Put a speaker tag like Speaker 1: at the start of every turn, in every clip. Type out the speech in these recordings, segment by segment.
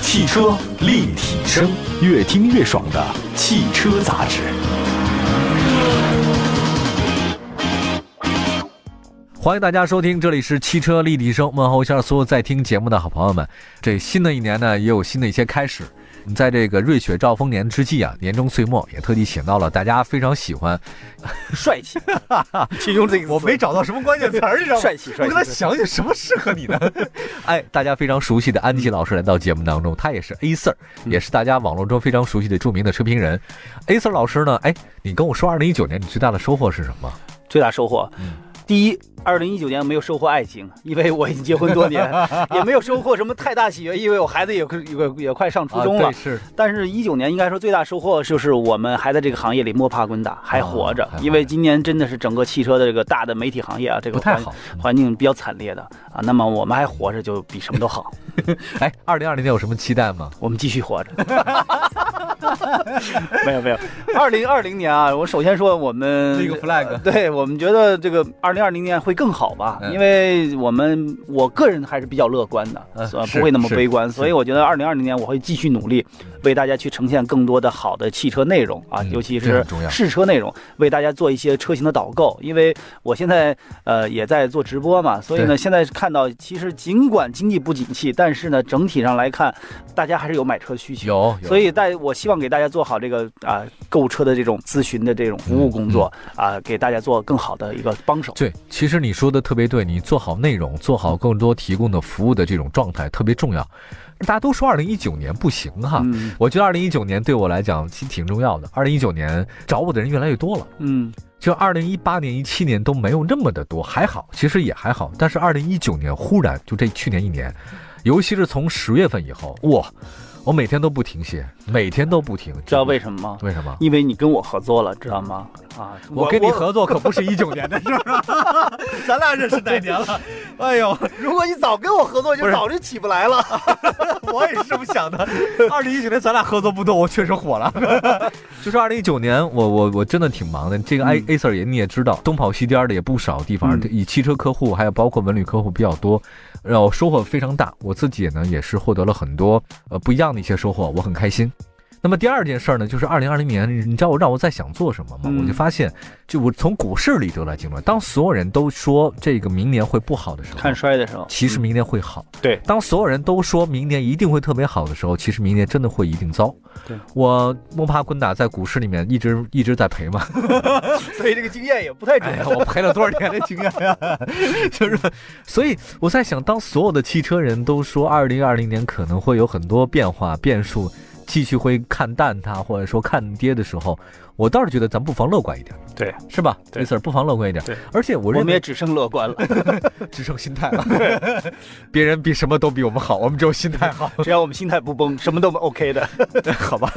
Speaker 1: 汽车立体声，越听越爽的汽车杂志。
Speaker 2: 欢迎大家收听，这里是汽车立体声，问候一下所有在听节目的好朋友们。这新的一年呢，也有新的一些开始。在这个瑞雪兆丰年之际啊，年终岁末也特地请到了大家非常喜 欢，
Speaker 3: 帅 气，其中这个
Speaker 2: 我没找
Speaker 3: 找
Speaker 2: 到什么关键词儿，你知道吗？
Speaker 3: 帅气，
Speaker 2: 我
Speaker 3: 帅气
Speaker 2: 给他，想想什么适合你呢？哎，大家非常熟悉的安琪老师来到节目当中，他也是 A Sir，也
Speaker 3: 嗯
Speaker 2: 是大家网络中非常熟悉的著名的车评人。A Sir 老师呢，哎，你跟我说，二零一九年你最大的收获是什么？
Speaker 3: 最大收获
Speaker 2: 嗯。
Speaker 3: 第一，二零一九年没有收获爱情，因为我已经结婚多 年，也没有收获什么太大喜悦，因为我孩子也快也快也快上初中了。
Speaker 2: 啊对是
Speaker 3: 但是，一九年应该说最大收获就是我们还在这个行业里摸爬滚打，还活着
Speaker 2: 啊还活。着
Speaker 3: 因为今年真的是整个汽车的这个大的媒体行业啊，这个
Speaker 2: 不太
Speaker 3: 环
Speaker 2: 好。
Speaker 3: 环境比较惨烈的啊。那么我们还活着，就比什么都好。
Speaker 2: 哎，二零二零年有什么期待吗？
Speaker 3: 我们继续活着。 没有没有，二零二零年啊，我首先说我们
Speaker 2: 立个 flag
Speaker 3: 对我们觉得这个二零二零年会更好吧，
Speaker 2: 嗯
Speaker 3: 因为我们我个人还是比较乐观的，
Speaker 2: 嗯
Speaker 3: 呃
Speaker 2: 是
Speaker 3: 不会那么
Speaker 2: 是
Speaker 3: 悲观，所以我觉得二零二零年我会继续努力，为大家去呈现更多的好的汽车内容啊，
Speaker 2: 嗯
Speaker 3: 尤其
Speaker 2: 这
Speaker 3: 是
Speaker 2: 很重要
Speaker 3: 试车内容，为大家做一些车型的导购，因为我现在呃也在做直播嘛，所以呢，
Speaker 2: 对
Speaker 3: 现在看到其实尽管经济不景气，但是呢，整体上来看，大家还是有买车的需求。
Speaker 2: 有，有
Speaker 3: 所以大，我希望给大家做好这个啊购车的这种咨询的这种服务工作啊，给大家做更好的一个帮手。
Speaker 2: 对，其实你说的特别对，你做好内容，做好更多提供的服务的这种状态特别重要。大家都说二零一九年不行哈，
Speaker 3: 嗯
Speaker 2: 我觉得二零一九年对我来讲其实挺重要的。二零一九年找我的人越来越多了，
Speaker 3: 嗯，
Speaker 2: 就二零一八年、一七年都没有那么的多，还好，其实也还好。但是二零一九年忽然就这去年一年，尤其是从十月份以后，哇，我每天都不停歇，每天都不停，
Speaker 3: 知道为什么吗？
Speaker 2: 为什么？
Speaker 3: 因为你跟我合作了，知道吗？啊，
Speaker 2: 我跟你合作可不是一九年的 事儿啊，咱俩 认识哪年了？哎呦，
Speaker 3: 如果你早跟我合作，
Speaker 2: 不
Speaker 3: 就是早就起不来了。
Speaker 2: 我也是这么想的。二零一九年咱俩合作不多，我确实火了。 就是二零一九年，我我我真的挺忙的。这个 A
Speaker 3: 嗯
Speaker 2: A Sir 也你也知道，东跑西颠儿的也不少地方
Speaker 3: 嗯，
Speaker 2: 以汽车客户还有包括文旅客户比较多，然后收获非常大。我自己呢也是获得了很多呃不一样的一些收获，我很开心。那么第二件事儿呢，就是二零二零年，你知道我让我在想做什么吗？
Speaker 3: 嗯
Speaker 2: 我就发现，就我从股市里得到结论，当所有人都说这个明年会不好的时候，
Speaker 3: 看衰的时候，
Speaker 2: 其实明年会好。
Speaker 3: 嗯对
Speaker 2: 当所有人都说明年一定会特别好的时候，其实明年真的会一定糟。
Speaker 3: 对，
Speaker 2: 我摸爬滚打在股市里面一直一直在赔 嘛，
Speaker 3: 所以这个经验也不太
Speaker 2: 哎呀，我赔了多少年的经验呀、 就是，所以我在想，当所有的汽车人都说二零二零年可能会有很多变化变数，继续会看淡它或者说看跌的时候，我倒是觉得咱不妨乐观一点，
Speaker 3: 对，
Speaker 2: 是吧？
Speaker 3: 对
Speaker 2: 没事儿，不妨乐观一点。
Speaker 3: 对，
Speaker 2: 而且我
Speaker 3: 我
Speaker 2: 认
Speaker 3: 们
Speaker 2: 为
Speaker 3: 也只剩乐观了。
Speaker 2: 只剩心态了， 别人比什么都比我们好，我们只有心态好。
Speaker 3: 只要我们心态不崩，什么都 OK 的。
Speaker 2: 好吧，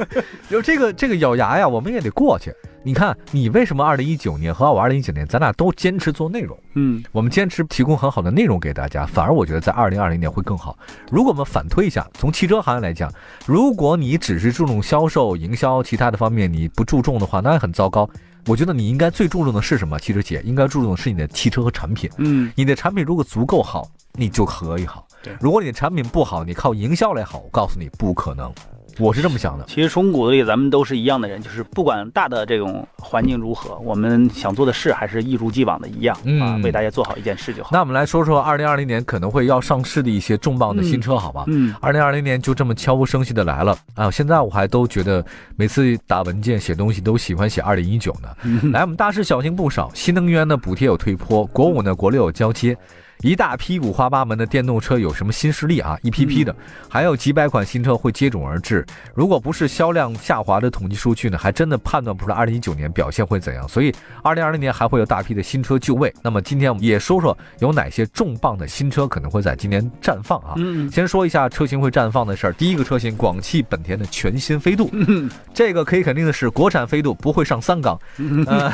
Speaker 2: 就这个这个咬牙呀，我们也得过去。你看，你为什么二零一九年和我二零一九年，咱俩都坚持做内容，
Speaker 3: 嗯，
Speaker 2: 我们坚持提供很好的内容给大家，反而我觉得在二零二零年会更好。如果我们反推一下，从汽车行业来讲，如果你只是注重销售、营销，其他的方面你不注重的话，那很糟糕。我觉得你应该最注重的是什么？汽车企业应该注重的是你的汽车和产品。
Speaker 3: 嗯，
Speaker 2: 你的产品如果足够好，你就可以好
Speaker 3: 对；
Speaker 2: 如果你的产品不好，你靠营销来好，我告诉你不可能。我是这么想的。
Speaker 3: 其实从骨子里咱们都是一样的人，就是不管大的这种环境如何，我们想做的事还是一如既往的一样、啊
Speaker 2: 嗯，
Speaker 3: 为大家做好一件事就好。
Speaker 2: 那我们来说说二零二零年可能会要上市的一些重磅的新车，好吧？
Speaker 3: 嗯，
Speaker 2: 二零二零年就这么悄无声息的来了啊！现在我还都觉得每次打文件写东西都喜欢写二零一九呢。来，我们大事小情不少，新能源的补贴有退坡，国五呢国六有交接，一大批五花八门的电动车有什么新势力啊？一批批的，还有几百款新车会接踵而至。如果不是销量下滑的统计数据呢，还真的判断不出来二零一九年表现会怎样。所以，二零二零年还会有大批的新车就位。那么今天我们也说说有哪些重磅的新车可能会在今年绽放啊？
Speaker 3: 嗯，
Speaker 2: 先说一下车型会绽放的事儿。第一个车型，广汽本田的全新飞度，
Speaker 3: 嗯
Speaker 2: 这个可以肯定的是，国产飞度不会上三缸。
Speaker 3: 嗯
Speaker 2: 呃，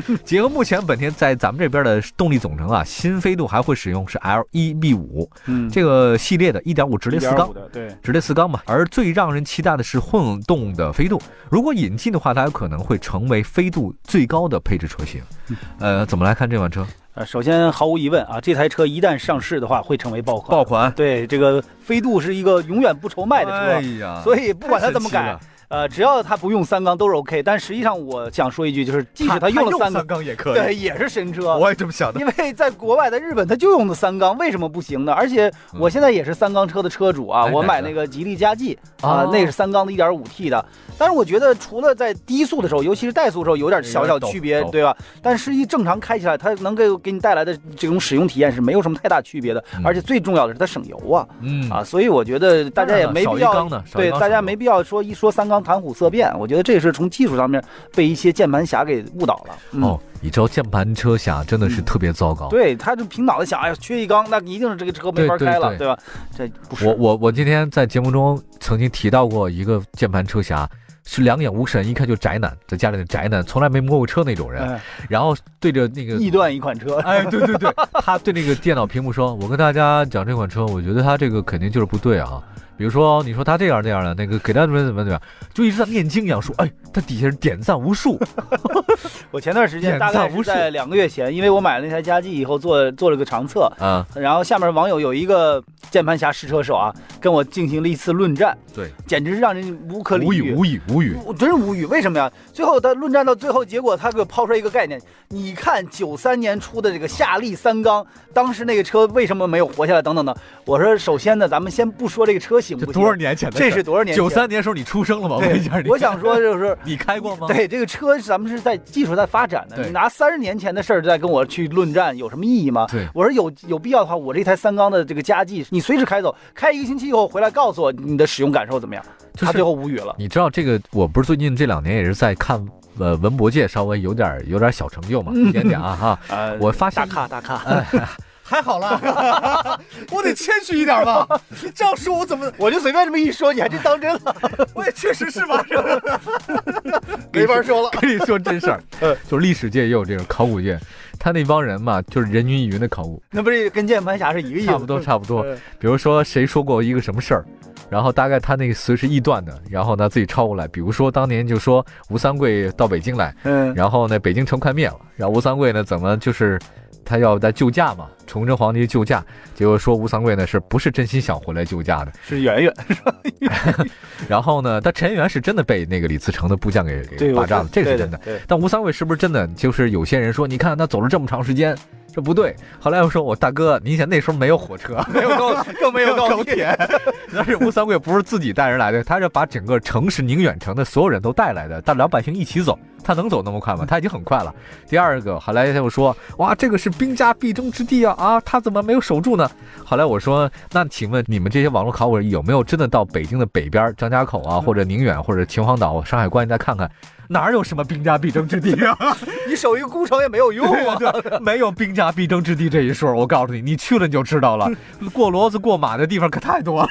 Speaker 2: 结合目前本田在咱们这边的动力总成啊，新飞度还会使用是 L1B 五
Speaker 3: 嗯，
Speaker 2: 这个系列的1.5直列四缸。
Speaker 3: 的，对，
Speaker 2: 直列四缸嘛，而最让人期待的是混动的飞度。如果
Speaker 3: 嗯
Speaker 2: 引进的话，它有可能会成为飞度最高的配置车型。呃，怎么来看这款车？
Speaker 3: 呃，首先毫无疑问啊，这台车一旦上市的话，会成为爆款。
Speaker 2: 爆款，
Speaker 3: 对，这个飞度是一个永远不愁卖的车，
Speaker 2: 哎呀
Speaker 3: 所以不管它
Speaker 2: 太
Speaker 3: 怎么
Speaker 2: 神奇
Speaker 3: 改
Speaker 2: 了，
Speaker 3: 呃，只要它不用三缸都是 OK。但实际上，我想说一句，就是即使它用了
Speaker 2: 三
Speaker 3: 三缸，
Speaker 2: 缸也可
Speaker 3: 对，也是神车。
Speaker 2: 我也这么想的。
Speaker 3: 啊 因为在国外，在日本，它就用的三缸，为什么不行呢？而且我现在也是三缸车的车主啊，
Speaker 2: 嗯哎
Speaker 3: 我买
Speaker 2: 哪个
Speaker 3: 那个吉利嘉际啊
Speaker 2: 哦，
Speaker 3: 那是三缸的 1.5T 的。但是我觉得，除了在低速的时候，尤其是怠速的时候，有点小小区
Speaker 2: 有
Speaker 3: 别
Speaker 2: 点，抖
Speaker 3: 对吧？但实际正常开起来，它能给给你带来的这种使用体验是没有什么太大区别的
Speaker 2: 嗯。
Speaker 3: 而且最重要的是它省油啊
Speaker 2: 嗯啊
Speaker 3: 啊！所以我觉得大家也没必
Speaker 2: 少一
Speaker 3: 要
Speaker 2: 缸呢，少一
Speaker 3: 对
Speaker 2: 缸
Speaker 3: 大
Speaker 2: 少一
Speaker 3: 家
Speaker 2: 缸
Speaker 3: 没必要说一说三缸谈虎色变。我觉得这是从技术上面被一些键盘侠给误导了。嗯
Speaker 2: 哦，你知道键盘车侠真的是
Speaker 3: 嗯
Speaker 2: 特别糟糕。
Speaker 3: 对，他就凭脑子想，哎呀，缺一缸，那一定是这个车没法
Speaker 2: 哦对对
Speaker 3: 开了，
Speaker 2: 对
Speaker 3: 对吧？这不是
Speaker 2: 我我我今天在节目中曾经提到过一个键盘车侠，是两眼无神，一看就宅男，在家里的宅男，从来没摸过车那种人。
Speaker 3: 哎
Speaker 2: 然后对着那个，
Speaker 3: 臆断一款车，
Speaker 2: 哎，对对对，他对那个电脑屏幕说：“我跟大家讲这款车，我觉得它这个肯定就是不对啊。比如说你说它这样那样的，那个给他怎么怎么怎么样，就一直在念经一样说，哎，他底下人点赞无数。
Speaker 3: 我前段时间
Speaker 2: 眼
Speaker 3: 大
Speaker 2: 藏
Speaker 3: 概
Speaker 2: 无
Speaker 3: 是
Speaker 2: 数
Speaker 3: 在两个月前，因为我买了那台佳绩以后做做了个长测，
Speaker 2: 啊，
Speaker 3: 然后下面网友有一个键盘侠试车手啊，跟我进行了一次论战，
Speaker 2: 对，
Speaker 3: 简直是让人无可理
Speaker 2: 无语
Speaker 3: 喻。
Speaker 2: 无语无语。
Speaker 3: 我真是无语，为什么呀？最后他论战到最后，结果他给我抛出来一个概念，你看九三年出的这个夏利三缸，当时那个车为什么没有活下来？等等等。我说，首先呢，咱们先不说这个车行
Speaker 2: 这
Speaker 3: 不行
Speaker 2: 多，少年前的事儿？
Speaker 3: 这是多少年前？
Speaker 2: 九三年时候你出生了吗？我问一下你，
Speaker 3: 我想说就是。
Speaker 2: 你开过吗？
Speaker 3: 对这个车，咱们是在技术在发展的。
Speaker 2: 对
Speaker 3: 你拿三十年前的事儿再跟我去论战，有什么意义吗？
Speaker 2: 对
Speaker 3: 我说有有必要的话，我这台三缸的这个佳绩，你随时开走，开一个星期以后回来告诉我你的使用感受怎么样。
Speaker 2: 就是
Speaker 3: 他最后无语了。
Speaker 2: 你知道这个，我不是最近这两年也是在看，呃，文博界稍微有点儿有点儿小成就嘛，一点点啊哈。
Speaker 3: 嗯 呃
Speaker 2: 我发
Speaker 3: 大
Speaker 2: 现
Speaker 3: 咖大咖，
Speaker 2: 哎还好啦， 我得谦虚一点吧。你这样说我怎么？
Speaker 3: 我就随便这么一说，你还真当真了。
Speaker 2: 我也确实是 吧，
Speaker 3: 没法说了。
Speaker 2: 跟你说真事儿
Speaker 3: 嗯，
Speaker 2: 就是历史界也有这种，考古界，他那帮人嘛，就是人云亦云的考古，
Speaker 3: 那不是跟键盘侠是一个意思？
Speaker 2: 差不多差不多。
Speaker 3: 嗯
Speaker 2: 比如说谁说过一个什么事儿，然后大概他那个随时臆断的，然后呢自己抄过来。比如说当年就说吴三桂到北京来。
Speaker 3: 嗯，
Speaker 2: 然后呢，北京城快灭了，然后吴三桂呢，怎么就是他要在救驾嘛，崇祯皇帝救驾，结果说吴三桂呢是不是真心想回来救驾的？
Speaker 3: 是圆圆，
Speaker 2: 然后呢，他陈元是真的被那个李自成的部将给给
Speaker 3: 对，
Speaker 2: 霸占了，这个是真的。
Speaker 3: 的。对，
Speaker 2: 但吴三桂是不是真的？就是有些人说，你看他走了这么长时间，这不对。后来又说，我大哥，你想那时候没有火车，
Speaker 3: 没有高，更没有高铁。
Speaker 2: 但是吴三桂不是自己带人来的，他是把整个城市宁远城的所有人都带来的，但老百姓一起走，他能走那么快吗？他已经很快了。第二个，后来他又说，哇，这个是兵家必争之地啊啊，他怎么没有守住呢？后来我说，那请问你们这些网络考古人有没有真的到北京的北边张家口啊，或者宁远或者秦皇岛、上海关，你再看看。哪儿有什么兵家必争之地啊？
Speaker 3: 你守一个孤城也没有用 啊。
Speaker 2: 没有兵家必争之地这一说，我告诉你，你去了你就知道了。过骡子过马的地方可太多了，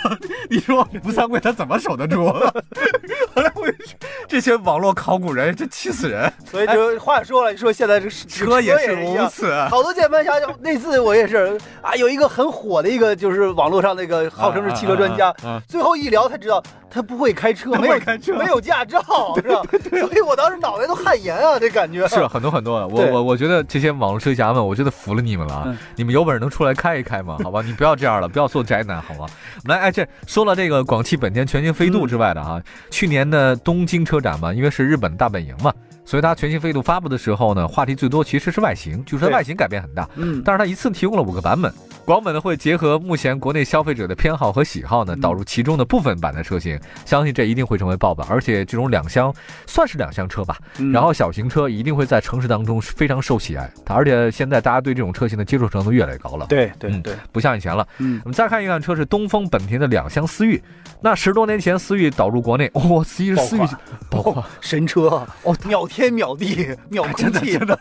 Speaker 2: 你说吴三桂他怎么守得住？后来我就说这些网络考古人，这气死人。
Speaker 3: 所以就话说了，说现在这个车
Speaker 2: 也
Speaker 3: 是一
Speaker 2: 如
Speaker 3: 样。
Speaker 2: 此，
Speaker 3: 好多键盘侠，那次我也是啊，有一个很火的一个，就是网络上那个号称是汽车专家，
Speaker 2: 啊啊啊啊
Speaker 3: 最后一聊才知道他不会开车，
Speaker 2: 不
Speaker 3: 没
Speaker 2: 会
Speaker 3: 有
Speaker 2: 开车
Speaker 3: 没有驾照， 是吧？所以我当时脑袋都汗颜啊，这感觉
Speaker 2: 是很多很 多。我
Speaker 3: 对
Speaker 2: 我我觉得这些网络车侠们，我真的服了你们了啊！
Speaker 3: 嗯
Speaker 2: 你们有本事能出来开一开 吗？好吧，你不要这样了，不要做宅男，好吗？来，哎，这说了这个广汽本田全新飞度之外的
Speaker 3: 嗯
Speaker 2: 啊，去年的东京车展嘛，因为是日本大本营嘛，所以它全新飞度发布的时候呢，话题最多其实是外形，就是它
Speaker 3: 对
Speaker 2: 外形改变很大。
Speaker 3: 嗯，
Speaker 2: 但是它一次提供了五个版本，广本呢会结合目前国内消费者的偏好和喜好呢，
Speaker 3: 嗯
Speaker 2: 导入其中的部分版的车型，相信这一定会成为爆版。而且这种两厢算是两厢车吧，
Speaker 3: 嗯
Speaker 2: 然后小型车一定会在城市当中是非常受喜爱，它而且现在大家对这种车型的接受程度越来越高了，
Speaker 3: 对对
Speaker 2: 嗯
Speaker 3: 对，
Speaker 2: 不像以前了。
Speaker 3: 嗯
Speaker 2: 我们再看一看车是东风本田的两厢思域，那十多年前思域导入国内，哇、哦，思域
Speaker 3: 爆
Speaker 2: 思域
Speaker 3: 款
Speaker 2: 爆款，
Speaker 3: 神车
Speaker 2: 哦
Speaker 3: 秒天秒地秒空
Speaker 2: 真的
Speaker 3: 气，
Speaker 2: 真的，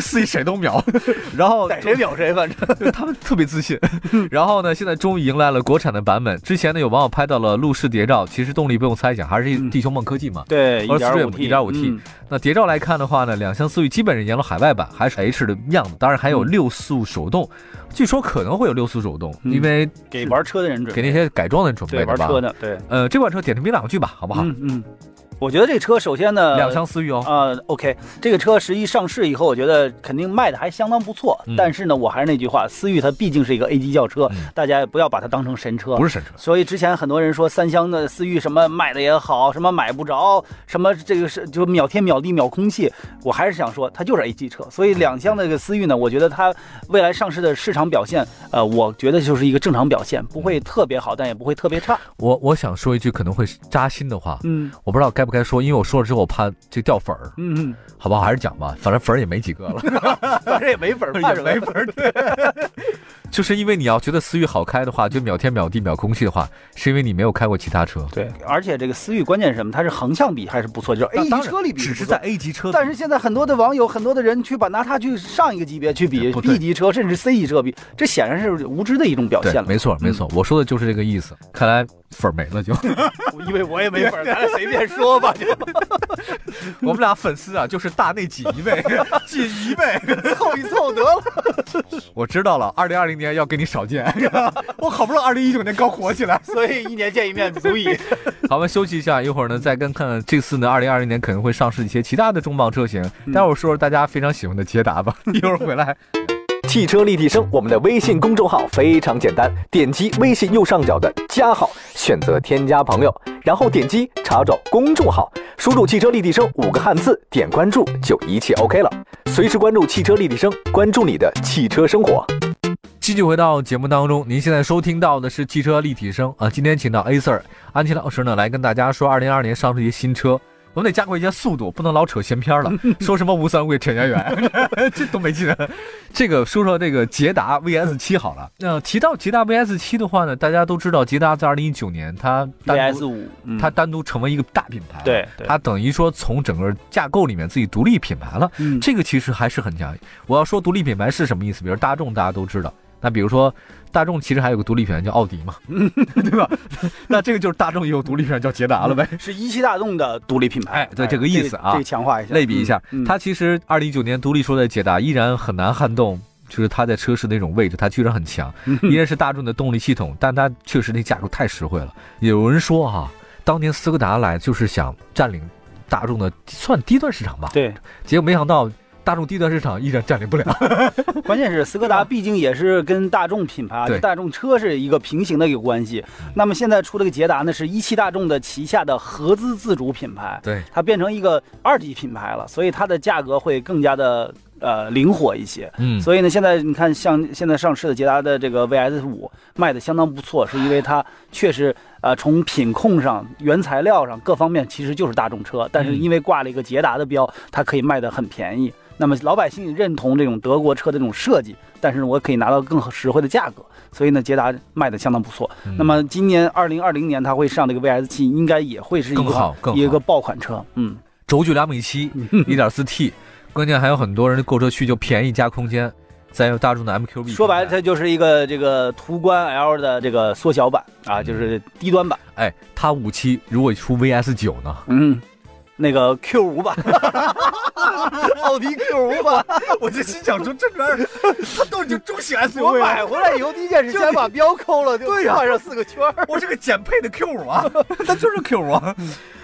Speaker 2: 思域谁都秒， 然后
Speaker 3: 逮谁秒谁，反正
Speaker 2: 对他们特别自信。 然后呢，现在终于迎来了国产的版本。之前呢，有网友拍到了路试谍照，其实动力不用猜想，还是
Speaker 3: 嗯
Speaker 2: 地球梦科技嘛。
Speaker 3: 对
Speaker 2: 俄罗斯队伍 1.5T
Speaker 3: 嗯
Speaker 2: 那谍照来看的话呢，两厢思域基本是沿了海外版，还是 H 的样子，当然还有
Speaker 3: 嗯
Speaker 2: 六速手动，据说可能会有六速手动，
Speaker 3: 嗯
Speaker 2: 因为
Speaker 3: 给玩车的人准
Speaker 2: 给那些改装的人准备
Speaker 3: 对
Speaker 2: 的
Speaker 3: 玩
Speaker 2: 吧。
Speaker 3: 车的对，
Speaker 2: 呃，这款车点评两句吧，好不好？
Speaker 3: 嗯嗯，我觉得这车首先呢，
Speaker 2: 两厢思域哦，
Speaker 3: 啊、o k 这个车实际上市以后，我觉得肯定卖的还相当不错。
Speaker 2: 嗯
Speaker 3: 但是呢，我还是那句话，思域它毕竟是一个 A 级轿车，
Speaker 2: 嗯
Speaker 3: 大家也不要把它当成神车。
Speaker 2: 不
Speaker 3: 是，
Speaker 2: 是神车，
Speaker 3: 所以之前很多人说三厢的思域什么卖的也好，什么买不着，什么这个是就秒天秒地秒空气，我还是想说它就是 A 级车。所以两厢的这个思域呢，我觉得它未来上市的市场表现，呃，我觉得就是一个正常表现，不会特别好，但也不会特别差。
Speaker 2: 我我想说一句可能会扎心的话，
Speaker 3: 嗯
Speaker 2: 我不知道该不该说，因为我说了之后我怕这掉粉儿，
Speaker 3: 嗯嗯，
Speaker 2: 好不好？还是讲吧，反正粉儿也没几个了，
Speaker 3: 反正也没 粉儿，怕什么呀？
Speaker 2: 粉儿。对， 就是因为你要觉得思域好开的话，就秒天秒地秒空气的话，是因为你没有开过其他车。
Speaker 3: 对，而且这个思域关键是什么？它是横向比还是不错，就是 A 级
Speaker 2: 当然
Speaker 3: 车里比
Speaker 2: 只是
Speaker 3: 不
Speaker 2: 在。
Speaker 3: 错
Speaker 2: A 级车，
Speaker 3: 但是现在很多的网友、很多的人去把拿它去上一个级别去比
Speaker 2: 不对
Speaker 3: B 级车，甚至 C 级车比，这显然是无知的一种表
Speaker 2: 对
Speaker 3: 现，了。
Speaker 2: 没错没错，我说的就是这个意思。看来粉儿没 了就，
Speaker 3: 因为我也没法，咱俩随便说吧，就
Speaker 2: 我们俩粉丝啊，就是大内挤一 位，挤一位。
Speaker 3: 凑一凑 得了。
Speaker 2: 我知道了，二零二零年要跟你少见。 我好不容易二零一九年刚火起来。
Speaker 3: 所以一年见一面足 以。
Speaker 2: 好，我们休息一下，一会儿呢再跟看这次呢，二零二零年可能会上市一些其他的重磅车型。待会儿说说大家非常喜欢的捷达吧。一会儿回来。
Speaker 1: 汽车立体声，我们的微信公众号非常简单，点击微信右上角的加号，选择添加朋友，然后点击查找公众号，输入“汽车立体声”五个汉字，点关注就一切 OK 了。随时关注汽车立体声，关注你的汽车生活。
Speaker 2: 继续回到节目当中，您现在收听到的是汽车立体声啊。今天请到 A Sir 安琪老师呢，来跟大家说二零二二年上市一些新车。我们得加快一些速度，不能老扯闲 篇了。说什么吴三桂、陈圆圆， 这都没劲。啊这个说说这个捷达 VS 七好了。那、提到捷达 VS 七的话呢，大家都知道捷达在二零一九年它单
Speaker 3: VS
Speaker 2: 独
Speaker 3: 五，嗯
Speaker 2: 它单独成为一个大品牌，，
Speaker 3: 对对，
Speaker 2: 它等于说从整个架构里面自己独立品牌了。
Speaker 3: 嗯
Speaker 2: 这个其实还是很强。我要说独立品牌是什么意思？比如大众，大家都知道。那比如说，大众其实还有个独立品牌叫奥迪嘛， 对吧？那这个就是大众也有独立品牌叫捷达了呗。
Speaker 3: 是一汽大众的独立品牌，
Speaker 2: 哎对这个意思啊
Speaker 3: 这个强化一下，
Speaker 2: 类比一下，
Speaker 3: 嗯嗯
Speaker 2: 它其实二零一九年独立出来的捷达依然很难撼动，就是它在车市的那种位置，它居然很强，
Speaker 3: 嗯
Speaker 2: 依然是大众的动力系统，但它确实那价格太实惠了。有人说哈、当年斯柯达来就是想占领大众的算低端市场吧，
Speaker 3: 对，
Speaker 2: 结果没想到大众低端市场依然占领不了。
Speaker 3: 关键是斯柯达毕竟也是跟大众品牌啊、
Speaker 2: 对
Speaker 3: 大众车是一个平行的一个关系。那么现在出这个捷达呢，是一汽大众的旗下的合资自主品牌，
Speaker 2: 对，
Speaker 3: 它变成一个二级品牌了，所以它的价格会更加的呃灵活一些。
Speaker 2: 嗯，
Speaker 3: 所以呢，现在你看，像现在上市的捷达的这个 VS 五卖的相当不错，是因为它确实呃从品控上、原材料上各方面其实就是大众车，但是
Speaker 2: 嗯
Speaker 3: 因为挂了一个捷达的标，它可以卖的很便宜。那么老百姓认同这种德国车的这种设计，但是我可以拿到更实惠的价格，所以呢，捷达卖的相当不错。
Speaker 2: 嗯
Speaker 3: 那么今年二零二零年它会上这个 VS 七，应该也会是一
Speaker 2: 更
Speaker 3: 个
Speaker 2: 好更好
Speaker 3: 一个爆款车。嗯，
Speaker 2: 轴距两米七，一点四 T，关键还有很多人的购车需求便宜加空间，再有大众的 MQB，
Speaker 3: 说白了，它就是一个这个途观 L 的这个这个缩小版
Speaker 2: 嗯
Speaker 3: 啊，就是低端版。
Speaker 2: 哎，它五七如果出 VS 九呢？
Speaker 3: 嗯，那个 Q 五 吧，奥迪 Q 五吧，
Speaker 2: 我就心想说，这玩意儿它都已经中 型
Speaker 3: 我买回来以后第一件事先把标抠了，对呀，画上四个圈儿。
Speaker 2: 我是啊个减配的 Q 五啊，它就是 Q 五啊。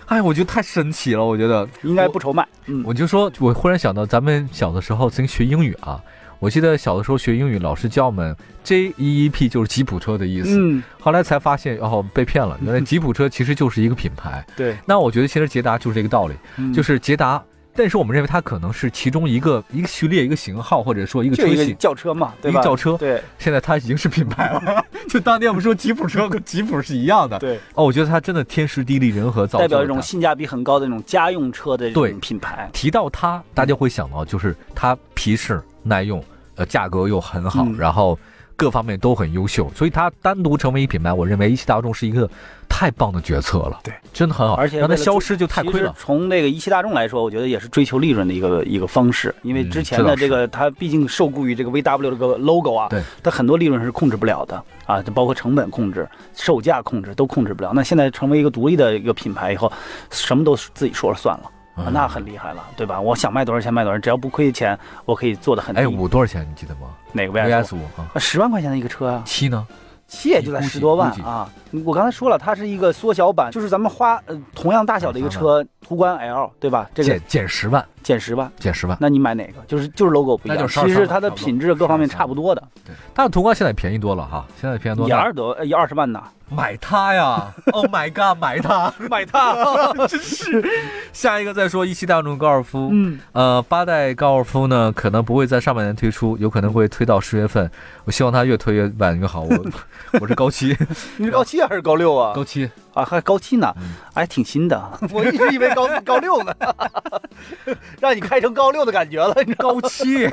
Speaker 2: 哎，我觉得太神奇了，我觉得，
Speaker 3: 应该不愁卖。嗯，
Speaker 2: 我就说，我忽然想到咱们小的时候曾经学英语啊，我记得小的时候学英语，老师教我们 J E E P 就是吉普车的意思，
Speaker 3: 嗯，
Speaker 2: 后来才发现哦被骗了，原来吉普车其实就是一个品牌。
Speaker 3: 对，
Speaker 2: 那我觉得其实捷达就是这个道理，
Speaker 3: 嗯
Speaker 2: 就是是捷达，但是我们认为它可能是其中一个一个序列、一个型号，或者说一个
Speaker 3: 就
Speaker 2: 车
Speaker 3: 一个
Speaker 2: 型。
Speaker 3: 轿车嘛，对吧？
Speaker 2: 一个轿车
Speaker 3: 对
Speaker 2: 现在它已经是品牌了， 就当年我们说吉普车跟吉普是一样的。
Speaker 3: 对，
Speaker 2: 哦，我觉得它真的天时地利人和造就
Speaker 3: 代
Speaker 2: 了它
Speaker 3: 表一种性价比很高的那种家用车的这
Speaker 2: 对
Speaker 3: 种品牌。
Speaker 2: 提到它，大家会想到就是它皮实耐用，呃，价格又很好，
Speaker 3: 嗯
Speaker 2: 然后各方面都很优秀，所以它单独成为一品牌，我认为一汽大众是一个太棒的决策了。
Speaker 3: 对，
Speaker 2: 真的很好，
Speaker 3: 而且
Speaker 2: 让它
Speaker 3: 为了
Speaker 2: 消
Speaker 3: 追
Speaker 2: 失就太亏
Speaker 3: 其实
Speaker 2: 了。
Speaker 3: 从这个一汽大众来说，我觉得也是追求利润的一个一个方式，因为
Speaker 2: 嗯
Speaker 3: 之前
Speaker 2: 这
Speaker 3: 的
Speaker 2: 倒是
Speaker 3: 这个它毕竟受雇于这个 VW 这个 logo 啊，
Speaker 2: 对，
Speaker 3: 它很多利润是控制不了的啊，就包括成本控制、售价控制都控制不了。那现在成为一个独立的一个品牌以后，什么都是自己说了算了。啊
Speaker 2: 嗯
Speaker 3: 那很厉害了，对吧？我想卖多少钱卖多少钱，只要不亏钱，
Speaker 2: 哎
Speaker 3: 我可以做的很低。
Speaker 2: 哎，五多少钱你记得吗
Speaker 3: 哪个
Speaker 2: ？VS 五啊，
Speaker 3: 十万块钱的一个车啊，
Speaker 2: 七呢？
Speaker 3: 七也就在
Speaker 2: 你估
Speaker 3: 十
Speaker 2: 计
Speaker 3: 多万
Speaker 2: 估计
Speaker 3: 啊。我刚才说了，它是一个缩小版，就是咱们花呃同样大小的一个车，途观 L 对吧？这
Speaker 2: 嗯
Speaker 3: 个
Speaker 2: 减减十万，
Speaker 3: 减十万，
Speaker 2: 减十万。
Speaker 3: 那你买哪个？就是就是 logo 不一
Speaker 2: 那就
Speaker 3: 样，
Speaker 2: 是12
Speaker 3: 其实它的
Speaker 2: 差不多
Speaker 3: 品质各方面差不多的，
Speaker 2: 但是途观现在便宜多了哈，现在便宜多
Speaker 3: 也
Speaker 2: 了
Speaker 3: 二。十多呃也二十万呢。
Speaker 2: 买它呀 ！Oh my god，买它！
Speaker 3: 买它，
Speaker 2: 真是。下一个再说一汽大众高尔夫，
Speaker 3: 嗯，
Speaker 2: 呃，八代高尔夫呢，可能不会在上半年推出，有可能会推到十月份。我希望它越推越晚越好。 我我是高七，
Speaker 3: 你是高七还是 高六啊？
Speaker 2: 高七，
Speaker 3: 啊，还高七呢
Speaker 2: 嗯，
Speaker 3: 哎还挺新的。 我一直以为高高六呢， 让你开成高六的感觉了，你知道吗。
Speaker 2: 高七。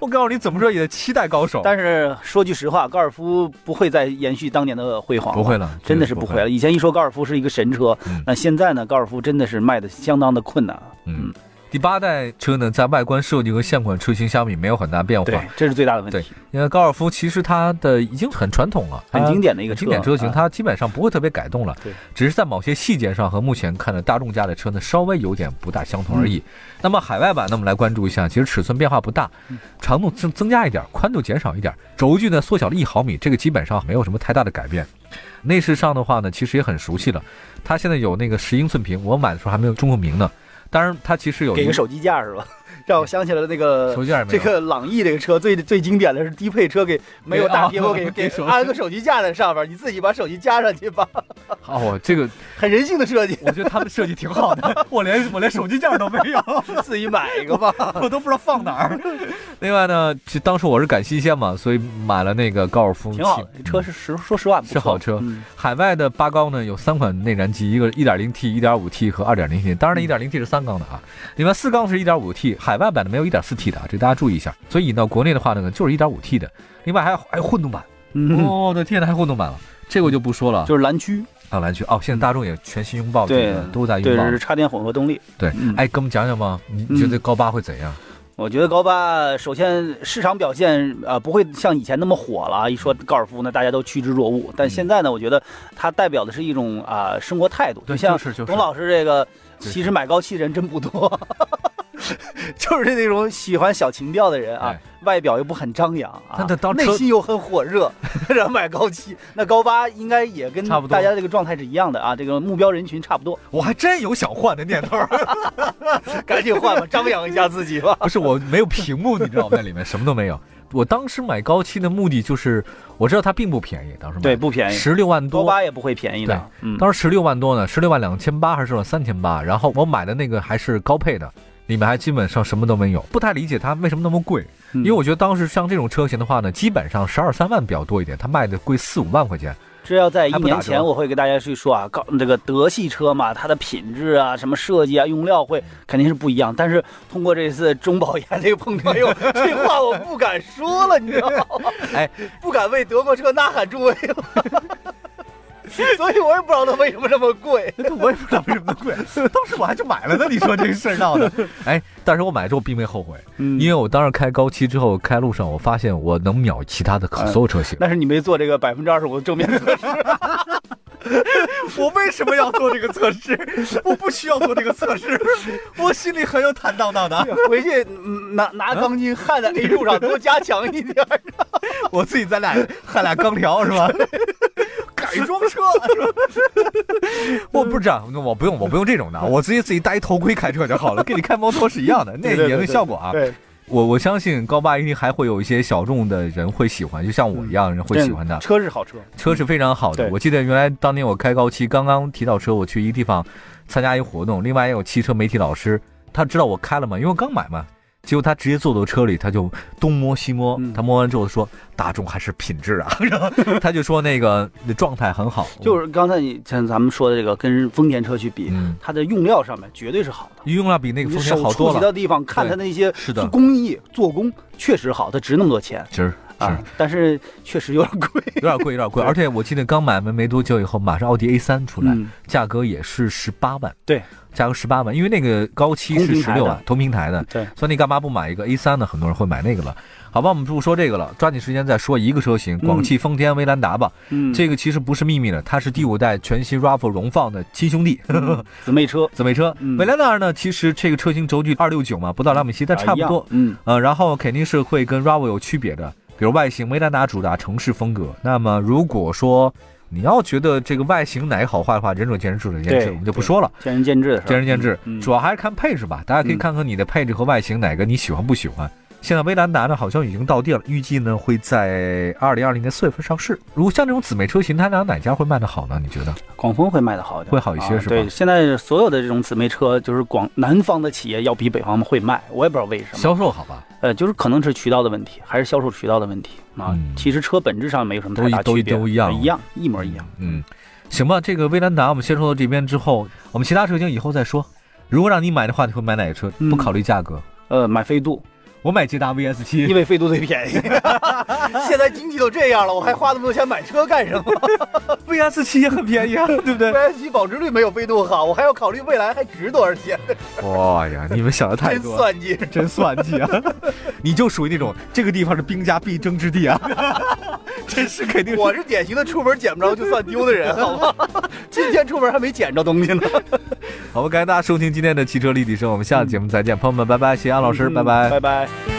Speaker 2: 我告诉你，怎么说也得七代高手，
Speaker 3: 但是说句实话，高尔夫不会再延续当年的辉煌，
Speaker 2: 不会，了，
Speaker 3: 真的是不会了。。以前一说高尔夫是一个神车
Speaker 2: 嗯，
Speaker 3: 那现在呢，高尔夫真的是卖的相当的困难。啊
Speaker 2: 嗯，第八代车呢，在外观设计和现款车型相比没有很大变化，，
Speaker 3: 这是最大的问题，
Speaker 2: 因为高尔夫其实它的已经很传统了，
Speaker 3: 很经
Speaker 2: 典。
Speaker 3: 典的一个
Speaker 2: 经典车型，
Speaker 3: 啊
Speaker 2: 它基本上不会特别改动了，
Speaker 3: 对，
Speaker 2: 只是在某些细节上和目前看的大众家的车呢稍微有点不大相同而已。那么海外版呢，我们来关注一下，其实尺寸变化不大
Speaker 3: 嗯，
Speaker 2: 长度增增加一点，宽度减少一点，轴距呢缩小了一毫米，这个基本上没有什么太大的改变。内饰上的话呢，其实也很熟悉了，它现在有那个十英寸屏，我买的时候还没有中控屏呢。当然，它其实有
Speaker 3: 给
Speaker 2: 一
Speaker 3: 个手机架是吧？ 让我想起了那个
Speaker 2: 手。机架也没
Speaker 3: 这
Speaker 2: 有。
Speaker 3: 个朗逸这个车最最经典的是低配车给没有大
Speaker 2: 啊
Speaker 3: 屏幕给给
Speaker 2: 给手机
Speaker 3: 安个手机架在上边，你自己把手机加上去吧，
Speaker 2: 哦，这个
Speaker 3: 很人性的设计，
Speaker 2: 我觉得他们设计挺好的， 我连我连手机架都没有。
Speaker 3: 自己买一 个吧。
Speaker 2: 我都不知道放哪儿。另外呢，其实当时我是赶新鲜嘛，所以买了那个高尔夫，
Speaker 3: 挺好的，车
Speaker 2: 是。
Speaker 3: 是实说实话不
Speaker 2: 是好车
Speaker 3: 嗯
Speaker 2: 海外的八缸呢有三款内燃机，一个 1.0T、1.5T 和 2.0T。当然
Speaker 3: 嗯
Speaker 2: 了，1.0T 是三缸的啊，里面四缸是 1.5T，海外版的没有 1.4T 的啊，这大家注意一下。所以引到国内的话呢，就是 1.5T 的。另外还有还有混动版，
Speaker 3: 嗯，
Speaker 2: 哦、我的天呐，还有混动版了，这个我就不说了。
Speaker 3: 就是蓝区，
Speaker 2: 啊，蓝区哦，现在大众也全新拥抱这
Speaker 3: 对
Speaker 2: 个，都在
Speaker 3: 对，
Speaker 2: 拥抱
Speaker 3: 这。是嗯插电混合动力。
Speaker 2: 哎对
Speaker 3: 嗯，
Speaker 2: 哎，给我们讲讲吧，你你觉得高八会怎样？
Speaker 3: 我觉得高八首先市场表现呃不会像以前那么火了啊，一说高尔夫呢，大家都趋之若鹜。但
Speaker 2: 嗯
Speaker 3: 现在呢，我觉得它代表的是一种啊、生活态度，就
Speaker 2: 对，就
Speaker 3: 像
Speaker 2: 是就是
Speaker 3: 董老师这个，
Speaker 2: 对
Speaker 3: 其实买高气的人真不多， 就是那种喜欢小情调的人啊
Speaker 2: 哎，
Speaker 3: 外表又不很张扬啊
Speaker 2: 但他，当
Speaker 3: 内
Speaker 2: 车
Speaker 3: 心又很火热， 然后买高七。那高八应该也跟
Speaker 2: 差不多
Speaker 3: 大家这个状态是一样的啊，这个目标人群差不多，
Speaker 2: 我还真有想换的念头，
Speaker 3: 赶紧换吧， 张扬一下自己吧。
Speaker 2: 不是我没有屏幕，你知道吗？在里面什么都没有。我当时买高七的目的就是，我知道它并不便宜，当时买
Speaker 3: 对，不便宜，
Speaker 2: 十六万
Speaker 3: 多
Speaker 2: 多，
Speaker 3: 巴也不会便宜的。嗯，
Speaker 2: 当时十六万多呢，十六万两千八还是三千八，然后我买的那个还是高配的，里面还基本上什么都没有，不太理解它为什么那么贵，
Speaker 3: 嗯
Speaker 2: 因为我觉得当时像这种车型的话呢，基本上十二三万比较多一点，它卖的贵四五万块钱，
Speaker 3: 这要在一
Speaker 2: 还不打
Speaker 3: 年
Speaker 2: 折
Speaker 3: 前，我会给大家去说啊，高这个德系车嘛，它的品质啊、什么设计啊、用料会肯定是不一样。但是通过这次中保研这个碰撞，哎 呦，这话我不敢说了，你知道 吗？
Speaker 2: 哎，
Speaker 3: 不敢为德国车呐喊助威了。 所以我也不知道它为什么这么贵。
Speaker 2: 我也不知道为什么那么 贵，当时我还就买了呢，你说这事儿闹的，哎，但是我买之后并没后悔，因
Speaker 3: 嗯，
Speaker 2: 为我当时开高七之后，开路上我发现我能秒其他的可所有车型。
Speaker 3: 但是你没做这个百分之二十五的正面测试，
Speaker 2: 我为什么要做这个测试？我不需要做这个测试，我心里很有坦荡荡的。啊
Speaker 3: 回去嗯拿 拿钢筋焊在 A 柱上，多加强一点儿。
Speaker 2: 我自己咱俩焊俩钢条是 吧？改装车， 我不是这样，我不用，我不用这种的，啊我直接自己戴一头盔开车就好了，跟你开摩托是一样的，那也能效果啊。
Speaker 3: 对，
Speaker 2: 我我相信高八一定还会有一些小众的人会喜欢，就像我一样人会喜欢它。
Speaker 3: 车嗯是好车，
Speaker 2: 车是非常好的
Speaker 3: 对。
Speaker 2: 我记得原来当年我开高七，刚刚提到车，我去一个地方参加一个活动，另外也有汽车媒体老师，他知道我开了嘛，因为我刚买嘛。结果他直接坐到车里，他就东摸西摸
Speaker 3: 嗯，
Speaker 2: 他摸完之后说：“大众还是品质啊。”然 后他就说那个状态很好，
Speaker 3: 就是是刚才你像咱们说的这个，跟丰田车去比，
Speaker 2: 嗯，
Speaker 3: 它的用料上面绝对是好的。
Speaker 2: 用料比那个
Speaker 3: 你
Speaker 2: 丰田
Speaker 3: 手
Speaker 2: 好
Speaker 3: 触
Speaker 2: 多
Speaker 3: 及
Speaker 2: 了。
Speaker 3: 到地方，看它那些
Speaker 2: 是的
Speaker 3: 工艺做工确实好，它值那么多钱
Speaker 2: 其实
Speaker 3: 啊，但是确实有点贵。
Speaker 2: 有点贵，有 点贵。而且我记得刚买完没多久以后，马上奥迪 A 三出来，
Speaker 3: 嗯
Speaker 2: 价格也是十八万。
Speaker 3: 对，
Speaker 2: 价格十八万，因为那个高七
Speaker 3: 同
Speaker 2: 是
Speaker 3: 平
Speaker 2: 十
Speaker 3: 台的
Speaker 2: 六万，同平台的。
Speaker 3: 对，
Speaker 2: 所以你干嘛不买一个 A 3呢？很多人会买那个了。好吧，我们不说这个了，抓紧时间再说一个车型，广汽丰田威兰达吧。
Speaker 3: 嗯，
Speaker 2: 这个其实不是秘密了，它是第五代全新 RAV4 荣放的亲兄弟、
Speaker 3: 姊妹车
Speaker 2: 姊妹车。
Speaker 3: 嗯
Speaker 2: 威兰达呢，其实这个车型轴距二六九嘛，不到两米七，但
Speaker 3: 啊
Speaker 2: 差
Speaker 3: 一
Speaker 2: 不
Speaker 3: 样
Speaker 2: 多。
Speaker 3: 嗯，
Speaker 2: 呃，然后肯定是会跟 RAV4 有区别的。比如外形，梅兰达主打城市风格。那么如果说你要觉得这个外形哪个好坏的话，仁者见智，智者见智，
Speaker 3: 对
Speaker 2: 我们就不说了，
Speaker 3: 见仁见智的事儿
Speaker 2: 见仁见智。
Speaker 3: 嗯
Speaker 2: 主要还是看配置吧，大家可以
Speaker 3: 嗯
Speaker 2: 看看你的配置和外形哪个你喜欢不喜欢。现在威兰达呢，好像已经到店了，预计呢会在二零二零年四月份上市。如果像这种姊妹车型，它俩哪家会卖得好呢？你觉得？
Speaker 3: 广丰会卖的好一点，
Speaker 2: 会好一些
Speaker 3: 啊
Speaker 2: 是吧
Speaker 3: 对，现在所有的这种姊妹车，就是广南方的企业要比北方会卖，我也不知道为什么。
Speaker 2: 销售好吧？
Speaker 3: 呃，就是可能是渠道的问题，还是销售渠道的问题啊。
Speaker 2: 嗯
Speaker 3: 其实车本质上没有什么
Speaker 2: 都
Speaker 3: 太
Speaker 2: 一
Speaker 3: 大
Speaker 2: 都一
Speaker 3: 区别，
Speaker 2: 都一样
Speaker 3: 一样，一模一样。
Speaker 2: 嗯，行吧，这个威兰达我们先说到这边之后，我们其他车型以后再说。如果让你买的话，你会买哪个车？
Speaker 3: 嗯
Speaker 2: 不考虑价格，
Speaker 3: 呃，买飞度，
Speaker 2: 我买捷达 VS 七
Speaker 3: 因。为飞度最便宜。现在经济都这样了，我还花那么多钱买车干 什么？
Speaker 2: VS 七也很便宜 啊，对不对？
Speaker 3: 飞机保值率没有飞度好，我还要考虑未来还值多少钱，
Speaker 2: 哇呀，你们想的太
Speaker 3: 真
Speaker 2: 多了，
Speaker 3: 算计。
Speaker 2: 真算计啊！ 你就属于那种这个地方是兵家必争之地 啊，真是肯定是。
Speaker 3: 我是典型的出门捡不着就算丢的人，好吗？ 今天出门还没捡着东西呢。
Speaker 2: 嗯好，感谢大家收听今天的汽车立体声，我们下次节目再见，朋友们，拜拜，谢谢安老师，拜拜。
Speaker 3: 拜拜。